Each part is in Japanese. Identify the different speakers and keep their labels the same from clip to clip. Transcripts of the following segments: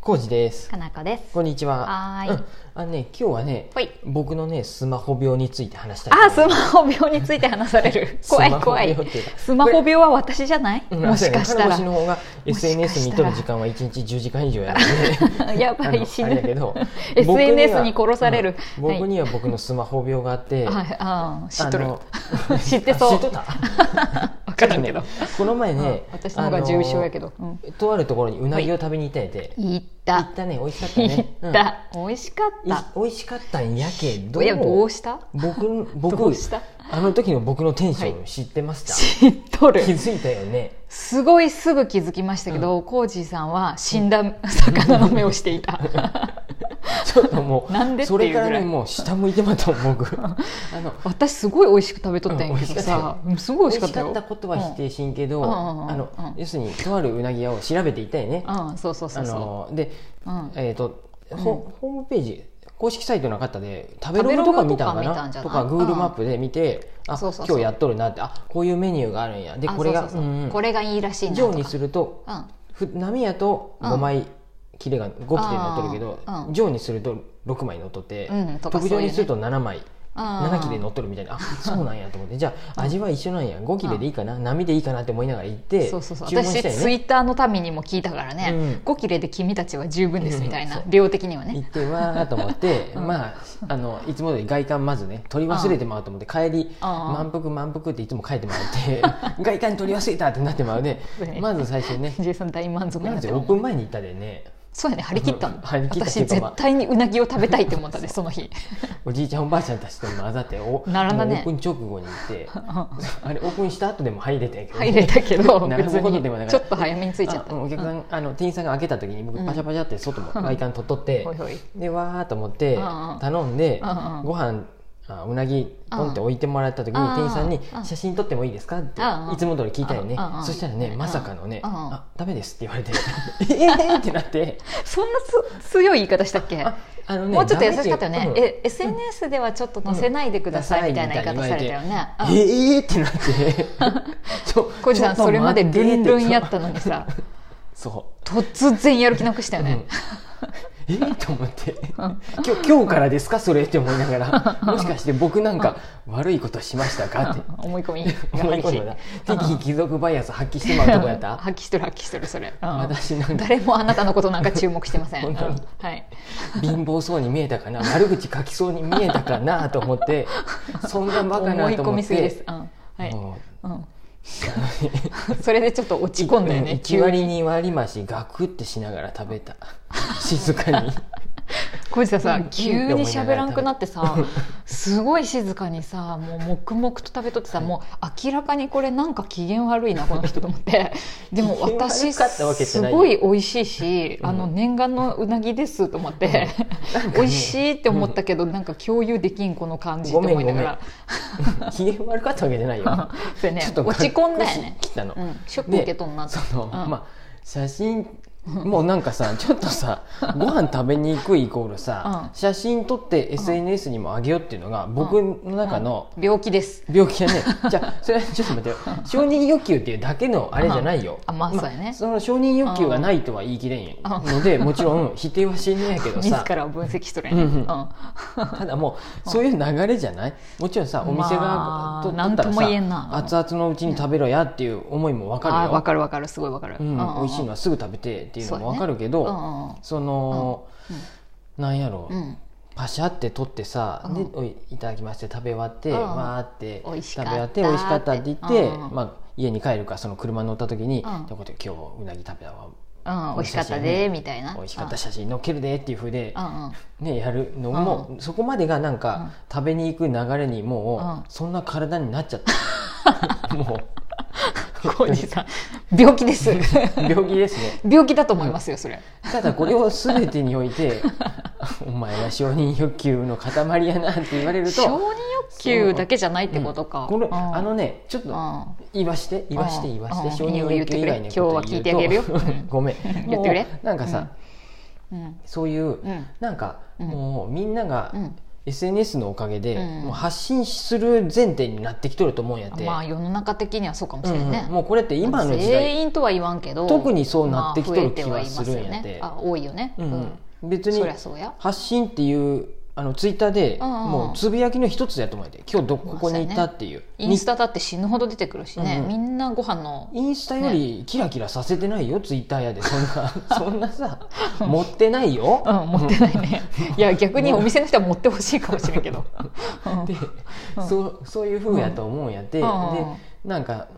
Speaker 1: コウジです
Speaker 2: か。なこです
Speaker 1: こんにちは。
Speaker 2: はーい
Speaker 1: うんあのね、今日はね、
Speaker 2: ほい
Speaker 1: 僕のね、スマホ病について話したいと思い
Speaker 2: あ
Speaker 1: ます。
Speaker 2: スマホ病について話さ れる
Speaker 1: スマ
Speaker 2: 怖
Speaker 1: ホ
Speaker 2: い怖い
Speaker 1: 病っていうか
Speaker 2: スマホ病は私じゃない
Speaker 1: うん
Speaker 2: もしかした
Speaker 1: あ
Speaker 2: ら
Speaker 1: そうやね金越の方が
Speaker 2: しかしたら
Speaker 1: SNS にとる時間は1日10時間以上や るんで
Speaker 2: やばい
Speaker 1: あの
Speaker 2: 死ぬ
Speaker 1: あれだけど
Speaker 2: SNS に殺される
Speaker 1: 僕には,うん、
Speaker 2: はい
Speaker 1: 僕には僕のスマホ病があって、
Speaker 2: はいあー知っと
Speaker 1: あ
Speaker 2: る
Speaker 1: の
Speaker 2: 知って
Speaker 1: あ
Speaker 2: そう
Speaker 1: 知っとった
Speaker 2: わからんけど、
Speaker 1: この前ね、
Speaker 2: うん私の方が重症やけど、うん
Speaker 1: あのとあるところにうなぎを食べに行ったんやて、
Speaker 2: 行っ
Speaker 1: 行
Speaker 2: た
Speaker 1: ったね美味しかった
Speaker 2: 行
Speaker 1: ね
Speaker 2: っ、た、美味しかっ
Speaker 1: うんい
Speaker 2: た
Speaker 1: 美味しかったんやけど
Speaker 2: いやどうした
Speaker 1: 僕僕
Speaker 2: どうした
Speaker 1: あの時の僕のテンショ
Speaker 2: は
Speaker 1: ン知ってました、
Speaker 2: 知っとる
Speaker 1: 気づいたよ ね
Speaker 2: すごいすぐ気づきましたけど、コージーさんは死んだ魚の目をしていた
Speaker 1: ちょっともう
Speaker 2: なんでってい
Speaker 1: そう
Speaker 2: ぐら
Speaker 1: れ
Speaker 2: い
Speaker 1: からねもう下向いてまたもう僕 あの
Speaker 2: 私すごい美味しく食べとったんやけ
Speaker 1: うん美味し
Speaker 2: ど
Speaker 1: か
Speaker 2: さ
Speaker 1: っ、
Speaker 2: すごい
Speaker 1: 美
Speaker 2: 美味
Speaker 1: 味し
Speaker 2: しかった
Speaker 1: か
Speaker 2: よ
Speaker 1: ったことは否定しんけど、
Speaker 2: うん
Speaker 1: あの、
Speaker 2: うん
Speaker 1: 要するにとあるうなぎ屋を調べていたよね、
Speaker 2: うん、うんそうそうそ
Speaker 1: あ
Speaker 2: うそ
Speaker 1: ので、
Speaker 2: う、うん、
Speaker 1: えっ、とほホームページ公式サイトの方で食べロ
Speaker 2: 食べロ
Speaker 1: グ
Speaker 2: グ
Speaker 1: とか見たんか
Speaker 2: とか見たん
Speaker 1: な
Speaker 2: じゃ
Speaker 1: と
Speaker 2: ない
Speaker 1: か Google マップで見て、あ
Speaker 2: そうそうそ
Speaker 1: 今
Speaker 2: う
Speaker 1: 日やっとるなってあこういうメニューがあるんやで
Speaker 2: あ
Speaker 1: これが
Speaker 2: そうそうそう
Speaker 1: うんうん
Speaker 2: これがいいらしいなと
Speaker 1: 上
Speaker 2: か
Speaker 1: にすると
Speaker 2: うん、
Speaker 1: ふ波やと
Speaker 2: うん
Speaker 1: 5枚切れが5切れ乗っとるけど、
Speaker 2: あーうん
Speaker 1: 上にすると6枚乗っとって、
Speaker 2: うんとか
Speaker 1: 特
Speaker 2: そ
Speaker 1: 上
Speaker 2: ういうね
Speaker 1: にすると7枚。
Speaker 2: あー
Speaker 1: 7切れ乗っとるみたいなあそうなんやと思ってじゃあ味は一緒なんや5切れでいいかな波でいいかなって思いながら行って
Speaker 2: そうそうそう
Speaker 1: 注文し
Speaker 2: 私
Speaker 1: たよ
Speaker 2: ツイ
Speaker 1: ね
Speaker 2: ッターの民にも聞いたからね、
Speaker 1: うん
Speaker 2: 5切れで君たちは十分ですみたいな、
Speaker 1: うんそう
Speaker 2: 量的には
Speaker 1: 行っ
Speaker 2: ね
Speaker 1: てわーと思 って、まああのいつもより外観まずね取り忘れてまうと思って帰り
Speaker 2: あー
Speaker 1: 満腹満腹っていつも書いてもらって 外観取り忘れたってなってまうで
Speaker 2: そうね
Speaker 1: まず最初にね
Speaker 2: ジェイさん大満足に
Speaker 1: な
Speaker 2: なんって
Speaker 1: せ
Speaker 2: る
Speaker 1: オープン前に行ったでね
Speaker 2: そうやね張り切ったの
Speaker 1: 張り切ったっていう
Speaker 2: 私
Speaker 1: かまあ
Speaker 2: 絶対にうなぎを食べたいって思ったでそ の日
Speaker 1: おじいちゃんおばあちゃんたちと混ざってお
Speaker 2: 並んだね
Speaker 1: もうオープン直後に行って あれオープンした後でも入れたんやけどね
Speaker 2: 入れたけど
Speaker 1: 並
Speaker 2: 別
Speaker 1: ぶことでもなか
Speaker 2: に
Speaker 1: っ
Speaker 2: ち
Speaker 1: た
Speaker 2: ょっと早めについちゃった
Speaker 1: あうんお客さん、あの店員さんが開けた時に僕パシャパシャって外も外観取っとって、
Speaker 2: ほいほい
Speaker 1: でわーっと思って
Speaker 2: うんうん
Speaker 1: 頼んで、
Speaker 2: うんうん
Speaker 1: ご飯あうなぎポンって置いてもらった時に
Speaker 2: うん
Speaker 1: 店員さんに
Speaker 2: うん
Speaker 1: 「写真撮ってもいいですか?」って
Speaker 2: うんうん
Speaker 1: いつも通り聞いたよね
Speaker 2: うんうん
Speaker 1: そしたらねまさかのね「
Speaker 2: うんうん
Speaker 1: あダメです」って言われ て「ええー!」ってなって
Speaker 2: そんなつ強い言い方したっけ
Speaker 1: ああの
Speaker 2: もうちょっと優しかったよ
Speaker 1: ダ
Speaker 2: ね
Speaker 1: メ、て
Speaker 2: え SNS ではちょっと載せないでくださいみたいな言い方されたよね
Speaker 1: うんええー!」ってな って「ちょ
Speaker 2: 小路さん
Speaker 1: ちょっと待って
Speaker 2: それまでルンルンやった
Speaker 1: の
Speaker 2: のに さ
Speaker 1: そう
Speaker 2: 突然やる気なくしたよ
Speaker 1: うん
Speaker 2: ね、
Speaker 1: えーと思 って今日今日からですかそれって思いながらもしかして僕なんか悪いことしましたか って
Speaker 2: 思い込み
Speaker 1: 思い
Speaker 2: が激し
Speaker 1: 込
Speaker 2: い
Speaker 1: んだら敵貴族バイアス発揮してまうとこやっ た
Speaker 2: 発揮してる発揮してるそれ、うん
Speaker 1: 私なんか
Speaker 2: 誰もあなたのことなんか注目してません
Speaker 1: 本当に
Speaker 2: うんはい
Speaker 1: 貧乏そうに見えたかな悪口書きそうに見えたかなと思 ってそんなバカ
Speaker 2: 思
Speaker 1: ないと
Speaker 2: 込
Speaker 1: 思
Speaker 2: み
Speaker 1: っ
Speaker 2: すぎです
Speaker 1: て、
Speaker 2: うんはい
Speaker 1: も
Speaker 2: うん それでちょっと落ち込んだよね、
Speaker 1: 1
Speaker 2: 急に
Speaker 1: 割2割増しガクってしながら食べ た静かに
Speaker 2: 小路さんさ
Speaker 1: うん
Speaker 2: 急に喋らんくなってさすごい静かにさもう黙々と食べとってさもう明らかにこれなんか機嫌悪いなこの人と思 ってでも
Speaker 1: 機嫌
Speaker 2: 私
Speaker 1: 悪かったわけじ
Speaker 2: す
Speaker 1: ゃないよ
Speaker 2: ごい美味しいし
Speaker 1: うん
Speaker 2: あの念願のうなぎですと思って
Speaker 1: んかね
Speaker 2: 美味しいって思ったけどなんか共有できんこの感じと
Speaker 1: ごめん
Speaker 2: 思いなが ら
Speaker 1: 機嫌悪かったわけじゃないよ
Speaker 2: そうやね
Speaker 1: ちょっと
Speaker 2: 落ち込んだよね
Speaker 1: ガクッし来たの
Speaker 2: うんショック受けとんなって
Speaker 1: その、
Speaker 2: うん
Speaker 1: まあ写真もうなんかさちょっと さご飯食べに行くイコールさ、
Speaker 2: うん
Speaker 1: 写真撮って SNS にもあげようっていうのが僕の中の
Speaker 2: うん病気です
Speaker 1: 病気じゃねえじゃあそれはちょっと待ってよ承認欲求っていうだけのあれじゃないよ
Speaker 2: あまあそうやね
Speaker 1: その承認欲求がないとは言い切れんのでもちろん否定はしねえけど
Speaker 2: 自
Speaker 1: さ
Speaker 2: らを分析しとるやね
Speaker 1: うんうん
Speaker 2: う ん
Speaker 1: ただもうそういう流れじゃないもちろんさお店
Speaker 2: ま
Speaker 1: が
Speaker 2: あ
Speaker 1: と
Speaker 2: なんとも言えんな
Speaker 1: 熱々のうちに食べろやっていう思いもわかるよ
Speaker 2: あわかるわかるすごいわかる
Speaker 1: う
Speaker 2: うんんうんう
Speaker 1: 美
Speaker 2: ん
Speaker 1: 味しいのはすぐ食べてっていうのもわかるけ
Speaker 2: そうやねう
Speaker 1: ど
Speaker 2: んうん
Speaker 1: そのなんやろ
Speaker 2: うん
Speaker 1: パシャって取ってさ
Speaker 2: うん
Speaker 1: でおいいただきまして食べ終わって
Speaker 2: うん
Speaker 1: わーって
Speaker 2: 美
Speaker 1: 食べ
Speaker 2: 味しか
Speaker 1: 終
Speaker 2: った
Speaker 1: わって美味しかったって言って
Speaker 2: うん
Speaker 1: まあ家に帰るかその車乗った時に
Speaker 2: うん
Speaker 1: ということで今日うなぎ食べたわ
Speaker 2: うん、美味しかったでみたいな
Speaker 1: 美味しかった写真載っけるでっていうふうで
Speaker 2: うんうん
Speaker 1: ね、やるのも、そこまでがなんか、食べに行く流れにもう、
Speaker 2: うん
Speaker 1: そんな体になっちゃった もう
Speaker 2: 浩二さ ん病気です
Speaker 1: 病気ですね
Speaker 2: 病気だと思いますよそれ
Speaker 1: ただこれを全てにおい てお前は承認欲求の塊やなって言われる
Speaker 2: 承認
Speaker 1: と
Speaker 2: 欲求だけじゃないってことか、
Speaker 1: これ、
Speaker 2: うん
Speaker 1: あのねちょっと、
Speaker 2: うん
Speaker 1: 言わして言わして
Speaker 2: うん
Speaker 1: 言わして、
Speaker 2: うん
Speaker 1: 承認欲求以外のことを言うと
Speaker 2: 今日は聞いてあげるよ
Speaker 1: ごめん
Speaker 2: 言ってくれ
Speaker 1: もうなんかさ、
Speaker 2: うん
Speaker 1: そういう、
Speaker 2: うん
Speaker 1: なんか、
Speaker 2: うん
Speaker 1: もうみんなが
Speaker 2: うん
Speaker 1: SNS のおかげで、
Speaker 2: うん
Speaker 1: もう発信する前提になってきとると思うんやって、
Speaker 2: まあ世の中的にはそうかもし
Speaker 1: う
Speaker 2: れない
Speaker 1: ん
Speaker 2: ね、
Speaker 1: うんもうこれって今の時代、
Speaker 2: 全員とは言わんけど
Speaker 1: 特にそうなってきとる気はするんやて
Speaker 2: まあ増えてはいますよねあ多いよね、
Speaker 1: うんうん別
Speaker 2: うん
Speaker 1: に
Speaker 2: そりゃそうや
Speaker 1: 発信っていうあのツイッターで、
Speaker 2: うんうん
Speaker 1: もうつぶやきの一つやと思うんやて今日どここにいたっていう、
Speaker 2: インスタだって死ぬほど出てくるしね、
Speaker 1: うんうん
Speaker 2: みんなご飯の
Speaker 1: インスタよりキラキラさせてないよ、ツイッターやでそん なそんなさ持ってないよ、
Speaker 2: うん、持ってないね。いや、逆にお店の人は持ってほしいかもしれんけど。うん
Speaker 1: で、
Speaker 2: うん
Speaker 1: そうそういうふうやと思うんやって、
Speaker 2: うん
Speaker 1: でなんか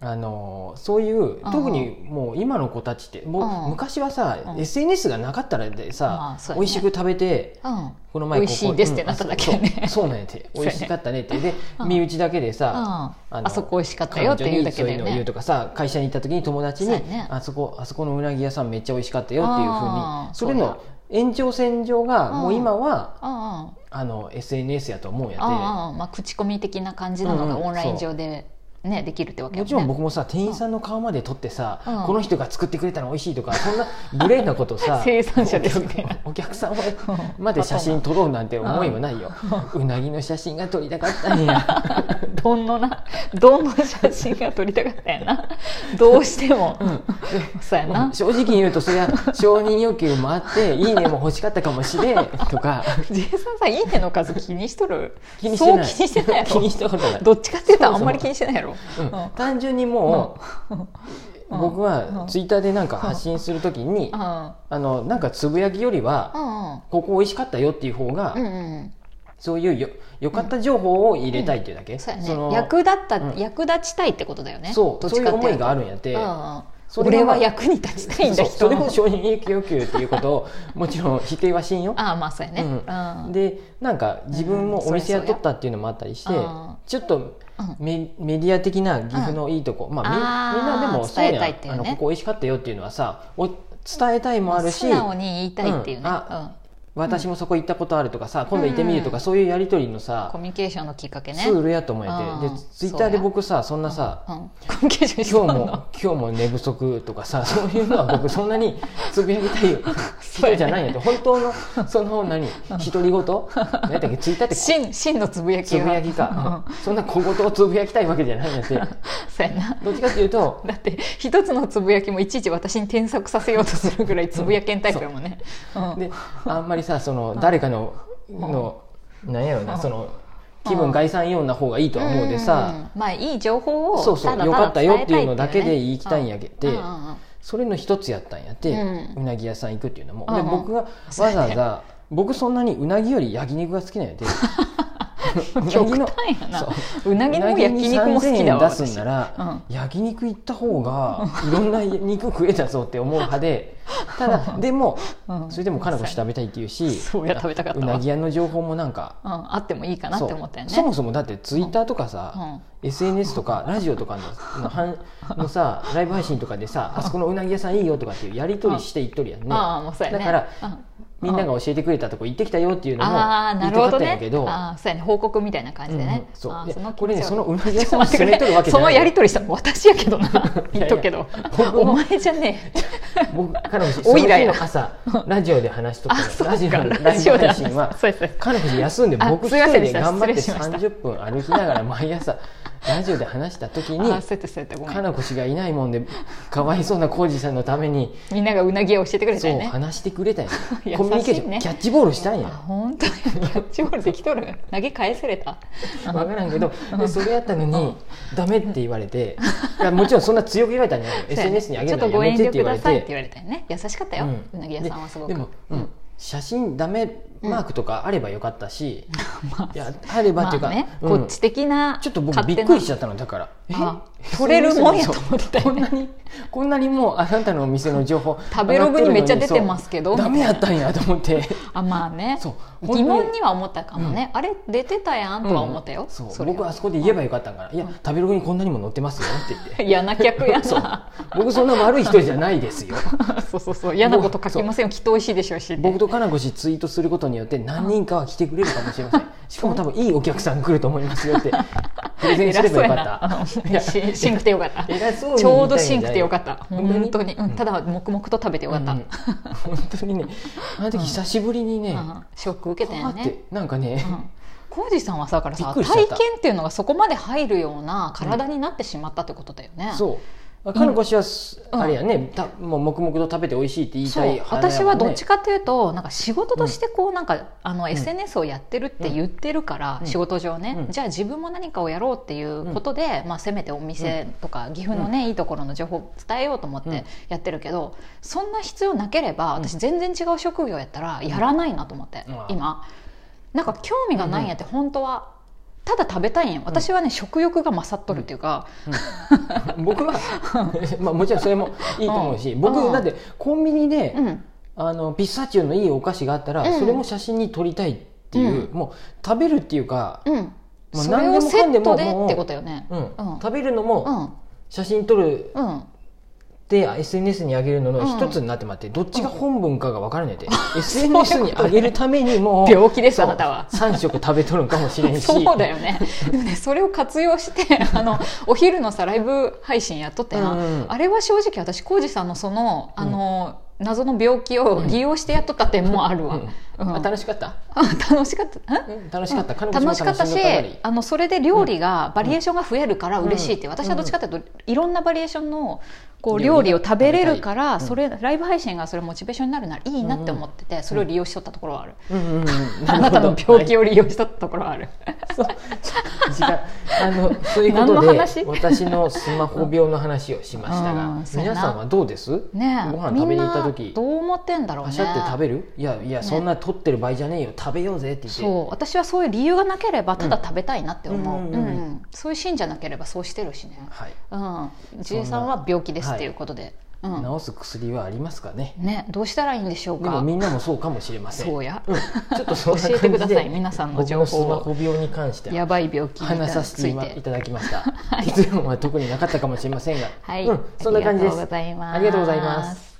Speaker 1: あのーそういう特にもう今の子たちっても
Speaker 2: う
Speaker 1: うん昔はさ、
Speaker 2: うん
Speaker 1: SNS がなかったらで
Speaker 2: ま
Speaker 1: さ、
Speaker 2: あそうやね
Speaker 1: 美味しく食べて
Speaker 2: うん。
Speaker 1: この
Speaker 2: 美味しいですってなっただけやね
Speaker 1: うんあそうそうそうなんやて
Speaker 2: そ
Speaker 1: 美
Speaker 2: うやね
Speaker 1: 味しかったねってで
Speaker 2: うん
Speaker 1: 身内だけでさ、
Speaker 2: あ
Speaker 1: あの
Speaker 2: あそこ美味しかったよっていうだけ
Speaker 1: 彼女にそう
Speaker 2: だ
Speaker 1: いうの
Speaker 2: よ
Speaker 1: を言う
Speaker 2: ね。
Speaker 1: とかさ会社に行った時に友達に、
Speaker 2: そうやね
Speaker 1: あそこあそこのうなぎ屋さんめっちゃ美味しかったよっていうふう
Speaker 2: あ
Speaker 1: に
Speaker 2: ー
Speaker 1: それ
Speaker 2: そうや
Speaker 1: の延長線上が
Speaker 2: うん
Speaker 1: もう今は
Speaker 2: うんうん
Speaker 1: あの SNS やと思うんや
Speaker 2: ああまあ口コミ的な感じなのが
Speaker 1: うんうん
Speaker 2: オンライン上でねできるってわ
Speaker 1: て
Speaker 2: け
Speaker 1: も
Speaker 2: よね。
Speaker 1: ちろん僕もさ店員さんの顔まで撮ってさ、
Speaker 2: うん
Speaker 1: この人が作ってくれたら美味しいとかそんな無礼なことさ
Speaker 2: 生産者ですみたいな
Speaker 1: お客さんまで写真撮ろうなんて思いはないよ、うなぎの写真が撮りたかったんや。
Speaker 2: どんのなどんの写真が撮りたかったやな。どうしても。そうやな。
Speaker 1: 正直に言うとそりゃ承認欲求もあって「いいね」も欲しかったかもしれんとか
Speaker 2: 藤井さんさいいねの数気にしとる。
Speaker 1: 気にしてない
Speaker 2: そう気にしてないや
Speaker 1: 気
Speaker 2: ろ
Speaker 1: に。したことない、
Speaker 2: どっちかっていうとあ
Speaker 1: そもそも
Speaker 2: んまり気にしてないやろ。
Speaker 1: うん
Speaker 2: うん
Speaker 1: 単純にもう、
Speaker 2: うん
Speaker 1: 僕
Speaker 2: う
Speaker 1: は
Speaker 2: ん
Speaker 1: ツイッターでなんか発信するときに、
Speaker 2: う
Speaker 1: あのなんかつぶやきよりは、
Speaker 2: んうん。
Speaker 1: ここ美味しかったよっていう方が、
Speaker 2: うんうん、
Speaker 1: そういうよよかった情報を入れたいっていうだけ、
Speaker 2: そうや
Speaker 1: の
Speaker 2: ね役立った、
Speaker 1: うん
Speaker 2: 役立ちたいってことだよね
Speaker 1: そうそういう思いがあ
Speaker 2: る
Speaker 1: るんやって、
Speaker 2: う
Speaker 1: そ
Speaker 2: んうん、
Speaker 1: れ
Speaker 2: 俺
Speaker 1: は
Speaker 2: は役に立ちたいん
Speaker 1: そ
Speaker 2: だ
Speaker 1: うそ
Speaker 2: 人
Speaker 1: れ
Speaker 2: の
Speaker 1: も承認欲求っていうことをもちろん否定はしんよ
Speaker 2: ああまあそうやね、
Speaker 1: う
Speaker 2: うんんうん
Speaker 1: でなんか自分
Speaker 2: うん
Speaker 1: も
Speaker 2: そ
Speaker 1: お
Speaker 2: りゃ
Speaker 1: 店やっとったっていうのもあったりして、
Speaker 2: そうや
Speaker 1: ちょっとメメディア的な岐阜のいいとこ、まあみみん
Speaker 2: あー
Speaker 1: なでもそう
Speaker 2: 伝え
Speaker 1: やん、
Speaker 2: たいっていう
Speaker 1: あ
Speaker 2: ね
Speaker 1: のここ美味しかったよっていうのはさお伝えたいもあるし
Speaker 2: 素直に言いたいっていうね、
Speaker 1: う
Speaker 2: うんん
Speaker 1: あ私もそこ行ったことあるとかさ今度行ってみるとか、
Speaker 2: うん
Speaker 1: そういうやり取りの
Speaker 2: コ
Speaker 1: さ、
Speaker 2: ミュニケーションのきっかけね
Speaker 1: ツールやと思えて、
Speaker 2: うん
Speaker 1: でツイッターで僕さそんなさ、
Speaker 2: うん、コミュニケーションし
Speaker 1: 今
Speaker 2: とん
Speaker 1: 日も
Speaker 2: の
Speaker 1: 今日も寝不足とかさ そういうのは僕そんなにつぶやきたい人じゃないんやって本当のその何独り言何やったっけツイッターって
Speaker 2: 真真のつぶやき
Speaker 1: つ
Speaker 2: は
Speaker 1: ぶやきか、そんな小言をつぶやきたいわけじゃないんやって
Speaker 2: うんそうやな
Speaker 1: どっちかっていうと
Speaker 2: だって一つのつぶやきもいちいち私に添削させようとするぐらいつぶやけんタイプやもんね、うん
Speaker 1: であんまりさその誰かののなんやろなその気分概算ような方がいいとは思うで
Speaker 2: んん
Speaker 1: さ
Speaker 2: んまあいい情報を
Speaker 1: そうそう
Speaker 2: ただ
Speaker 1: よかったよっていうの
Speaker 2: た
Speaker 1: だ
Speaker 2: だ
Speaker 1: け
Speaker 2: 伝えた
Speaker 1: で
Speaker 2: いっていうね
Speaker 1: 言いきたいんやけ
Speaker 2: う
Speaker 1: て
Speaker 2: んうんうん
Speaker 1: それの一つやったんやって
Speaker 2: う
Speaker 1: うなぎ屋さん行くっていうのも
Speaker 2: うん
Speaker 1: で
Speaker 2: うん
Speaker 1: 僕がわざわざ僕そんなにうなぎより焼肉が好きなんやで
Speaker 2: 極端やなうなぎも焼肉も好きだわ
Speaker 1: うなぎに3000円出すんなら、
Speaker 2: 私
Speaker 1: 焼肉行った方がいろんな肉食えたぞって思う派でただでも、
Speaker 2: うん
Speaker 1: それでもかなこし食べたいっていうし
Speaker 2: そうや食べたかった
Speaker 1: う
Speaker 2: わ
Speaker 1: なぎ屋の情報もなんか
Speaker 2: うん、あってもいいかなって思ったよね
Speaker 1: そうそもそもだってツイッターとかさ、SNS とかラジオとかののはんのさライブ配信とかでさあそこのうなぎ屋さんいいよとかっていうやり取りしていっとるやんね。
Speaker 2: ああもうそうやね
Speaker 1: だから
Speaker 2: うん
Speaker 1: みんなが教えてくれたとこ行ってきたよっていうのも
Speaker 2: ああ
Speaker 1: 言
Speaker 2: ないる
Speaker 1: たか
Speaker 2: ほ
Speaker 1: った
Speaker 2: ど
Speaker 1: ん
Speaker 2: ね
Speaker 1: やけど、
Speaker 2: ああそうやね報告みたいな感じで
Speaker 1: うんう
Speaker 2: ね
Speaker 1: ん、そう
Speaker 2: ああ
Speaker 1: で
Speaker 2: の気持ち
Speaker 1: これね
Speaker 2: は
Speaker 1: そのうなぎ
Speaker 2: ちょ
Speaker 1: 屋
Speaker 2: っ
Speaker 1: さんを
Speaker 2: と待って
Speaker 1: 攻
Speaker 2: く
Speaker 1: めとるわけじゃ
Speaker 2: その
Speaker 1: ない
Speaker 2: やり取りしたの私や けどな言っとくけど
Speaker 1: 僕の
Speaker 2: お前じゃね え
Speaker 1: 僕彼女
Speaker 2: おいらや
Speaker 1: その日の朝ラジオで話しとっ
Speaker 2: あ
Speaker 1: たの
Speaker 2: そう
Speaker 1: ラジオ
Speaker 2: か
Speaker 1: のラ
Speaker 2: ラ
Speaker 1: ジ
Speaker 2: ジ
Speaker 1: オ
Speaker 2: オ
Speaker 1: 配
Speaker 2: で
Speaker 1: 信は
Speaker 2: そうです
Speaker 1: 彼女休んで
Speaker 2: あ
Speaker 1: 僕
Speaker 2: す
Speaker 1: 一
Speaker 2: いま
Speaker 1: 人
Speaker 2: せんで
Speaker 1: で
Speaker 2: した
Speaker 1: 頑張って
Speaker 2: 失礼しました
Speaker 1: 30分歩きながら毎朝ラジオで話した時に
Speaker 2: ああそうやってそうやってごめ
Speaker 1: か
Speaker 2: ん
Speaker 1: なこ氏がいないもんでかわいそうな浩二さんのために
Speaker 2: みんながうなぎを教えてくれた
Speaker 1: そ
Speaker 2: よ
Speaker 1: う
Speaker 2: ね
Speaker 1: 話してくれたんや
Speaker 2: 優しいね
Speaker 1: コミュニケーションキャッチボールしたん
Speaker 2: あ
Speaker 1: や
Speaker 2: 本当にキャッチボールできとる投げ返せれた
Speaker 1: 分からんけどでそれやったのにダメって言われていやもちろんそんな強く言われたんや SNS に上げるのやめてって言われ
Speaker 2: ちょっとご遠慮くださいってて言われたよね優しかったよ、うなぎ屋さんはすごく
Speaker 1: ででも、うん写真ダメマークとかあればよかった し、いやあればっていうか、
Speaker 2: まあね
Speaker 1: うん
Speaker 2: こっち的な
Speaker 1: ちょっと僕びっくりしち
Speaker 2: ゃ
Speaker 1: ゃったのだから
Speaker 2: あ
Speaker 1: え
Speaker 2: 取れるもんやと思って た
Speaker 1: こ
Speaker 2: よ
Speaker 1: ん
Speaker 2: ね
Speaker 1: なにこんなにもうあなたのお店の情報
Speaker 2: 食べログにめっちゃ出てますけど
Speaker 1: そうダメやったんやと思って
Speaker 2: あまあね
Speaker 1: そう
Speaker 2: 疑問には思ったかもね、あれ出てたやんとは思ったよ、
Speaker 1: うんそう
Speaker 2: れは
Speaker 1: 僕はあそこで言えばよかったんから、いや食べログにこんなにも載ってますよって言って
Speaker 2: 嫌な客やな
Speaker 1: そ
Speaker 2: そう
Speaker 1: 僕そんな悪い人じゃないですよ
Speaker 2: う そうそう 嫌なこと書きませんよきっと美味しいでしょうしって
Speaker 1: 僕とかなこ氏ツイートす ることによって何人かは来てくれるかもしれませんしかも多分いいお客さん来ると思いますよってプレゼンすればよかった
Speaker 2: 偉そうやな しシンクってよかった
Speaker 1: 偉そうに言いたいんじゃない
Speaker 2: ちょうどシンクってよかった
Speaker 1: 本当に
Speaker 2: 本当に、うん、ただ黙々と食べてよかった、
Speaker 1: うん本当 にねあの時久しぶりにね、
Speaker 2: うんショック受けたよ
Speaker 1: はーっ
Speaker 2: ね
Speaker 1: てなんかね、
Speaker 2: うん浩二さんはさだから
Speaker 1: び
Speaker 2: さ
Speaker 1: っく
Speaker 2: 体
Speaker 1: りしちゃった
Speaker 2: 験っていうのがそこまで入るような体になってしまったってことだよね、
Speaker 1: そう彼の腰はす、
Speaker 2: うん
Speaker 1: あれやねたもう黙々と食べて美味しいって言いた
Speaker 2: そ
Speaker 1: いう
Speaker 2: 私はどっち
Speaker 1: か
Speaker 2: かというとなんか仕事としてこうなんかあの SNS をやってるって言ってるから
Speaker 1: うん
Speaker 2: 仕事上ね
Speaker 1: うん
Speaker 2: じゃあ自分も何かをやろうっていうことでまあせめてお店とか岐阜のねいいところの情報を伝えようと思っ
Speaker 1: うん
Speaker 2: てやってるけどそんな必要なければ私全然違う職業やったらやらないなと思って
Speaker 1: うん
Speaker 2: 今なんか興味がないんやって本当はただ食べたいんや私はね食欲が勝っとるっていうか
Speaker 1: 僕は まあもちろんそれもいいと思うし、
Speaker 2: うん
Speaker 1: 僕
Speaker 2: うん
Speaker 1: だってコンビニで、
Speaker 2: うん
Speaker 1: あのピスタチオのいいお菓子があったら、
Speaker 2: うん
Speaker 1: それも写真に撮りたいっていう、もう食べるっていうか、
Speaker 2: うん
Speaker 1: もう
Speaker 2: それ
Speaker 1: 何で
Speaker 2: を
Speaker 1: も
Speaker 2: セ
Speaker 1: かんで
Speaker 2: ッ
Speaker 1: も
Speaker 2: トで
Speaker 1: もう
Speaker 2: ってことよね
Speaker 1: うん
Speaker 2: うん
Speaker 1: 食べるのも
Speaker 2: うん
Speaker 1: 写真撮る
Speaker 2: うん
Speaker 1: で SNS に上げるのの一つになってまって、どっちが本文かが分からないで、SNS に上げるためにも
Speaker 2: 病気です
Speaker 1: そう
Speaker 2: あなたは
Speaker 1: 3食食べとるんかもしれんし
Speaker 2: そうだよね でもねそれを活用して あのお昼のさライブ配信やっとってな、
Speaker 1: うんうん
Speaker 2: あれは正直私浩二さんのそのあの、謎の病気を利用してやっとった点もあるわ、
Speaker 1: うん
Speaker 2: うん
Speaker 1: あ楽しかった、
Speaker 2: あ 楽しかったん
Speaker 1: うん楽しかった、彼女も
Speaker 2: 楽しかったし
Speaker 1: 楽んだばかり
Speaker 2: あのそれで料理がバリエーションが増えるから嬉しいっ
Speaker 1: う
Speaker 2: て、
Speaker 1: ん
Speaker 2: 私はどっちかというといろんなバリエーションのこう
Speaker 1: 料
Speaker 2: 料
Speaker 1: 理
Speaker 2: 理
Speaker 1: が
Speaker 2: を食べれるか
Speaker 1: う
Speaker 2: ら
Speaker 1: ん
Speaker 2: それライブ配信がそれモチベーションになるならいいなって思っててそれを利用しとったところはある、
Speaker 1: うんうんうん
Speaker 2: あなたの病気
Speaker 1: を
Speaker 2: を利用しとったところはある
Speaker 1: 違うあのそういうこ
Speaker 2: 何の
Speaker 1: とで
Speaker 2: 話
Speaker 1: 私のスマホ病の話をしましたが、
Speaker 2: うんそうやな
Speaker 1: 皆さんはどうです、
Speaker 2: ねえ
Speaker 1: ご飯食べに行った
Speaker 2: みん
Speaker 1: 時
Speaker 2: などう思ってんだろう
Speaker 1: パ
Speaker 2: ね
Speaker 1: シャって食べるいやいや、
Speaker 2: ね
Speaker 1: そんな取ってる場合じゃねえよ食べようぜって言って
Speaker 2: そう私はそういう理由がなければただ食べたいなって思う、
Speaker 1: う
Speaker 2: うんん
Speaker 1: うんうん
Speaker 2: そういうシーンじゃなければそうしてるしね
Speaker 1: はい、
Speaker 2: うんじいさんは病気ですっていうことで、う
Speaker 1: 治す薬はありますかね
Speaker 2: ん、ねどうしたらいいんでしょう
Speaker 1: でも
Speaker 2: か
Speaker 1: みんなもそうかもしれません
Speaker 2: そうや、
Speaker 1: うんちょっとそんな感じで
Speaker 2: 教えてください皆さんの情報を
Speaker 1: 僕のスマホ病に関して
Speaker 2: やばい病気に
Speaker 1: 話させ
Speaker 2: つ
Speaker 1: て
Speaker 2: い
Speaker 1: いたい
Speaker 2: て
Speaker 1: ただきました、 結論は特になかったかもしれませんが、
Speaker 2: はい、
Speaker 1: うん、そんな感じで
Speaker 2: ありがとうご
Speaker 1: す
Speaker 2: ざいます
Speaker 1: ありがとうございます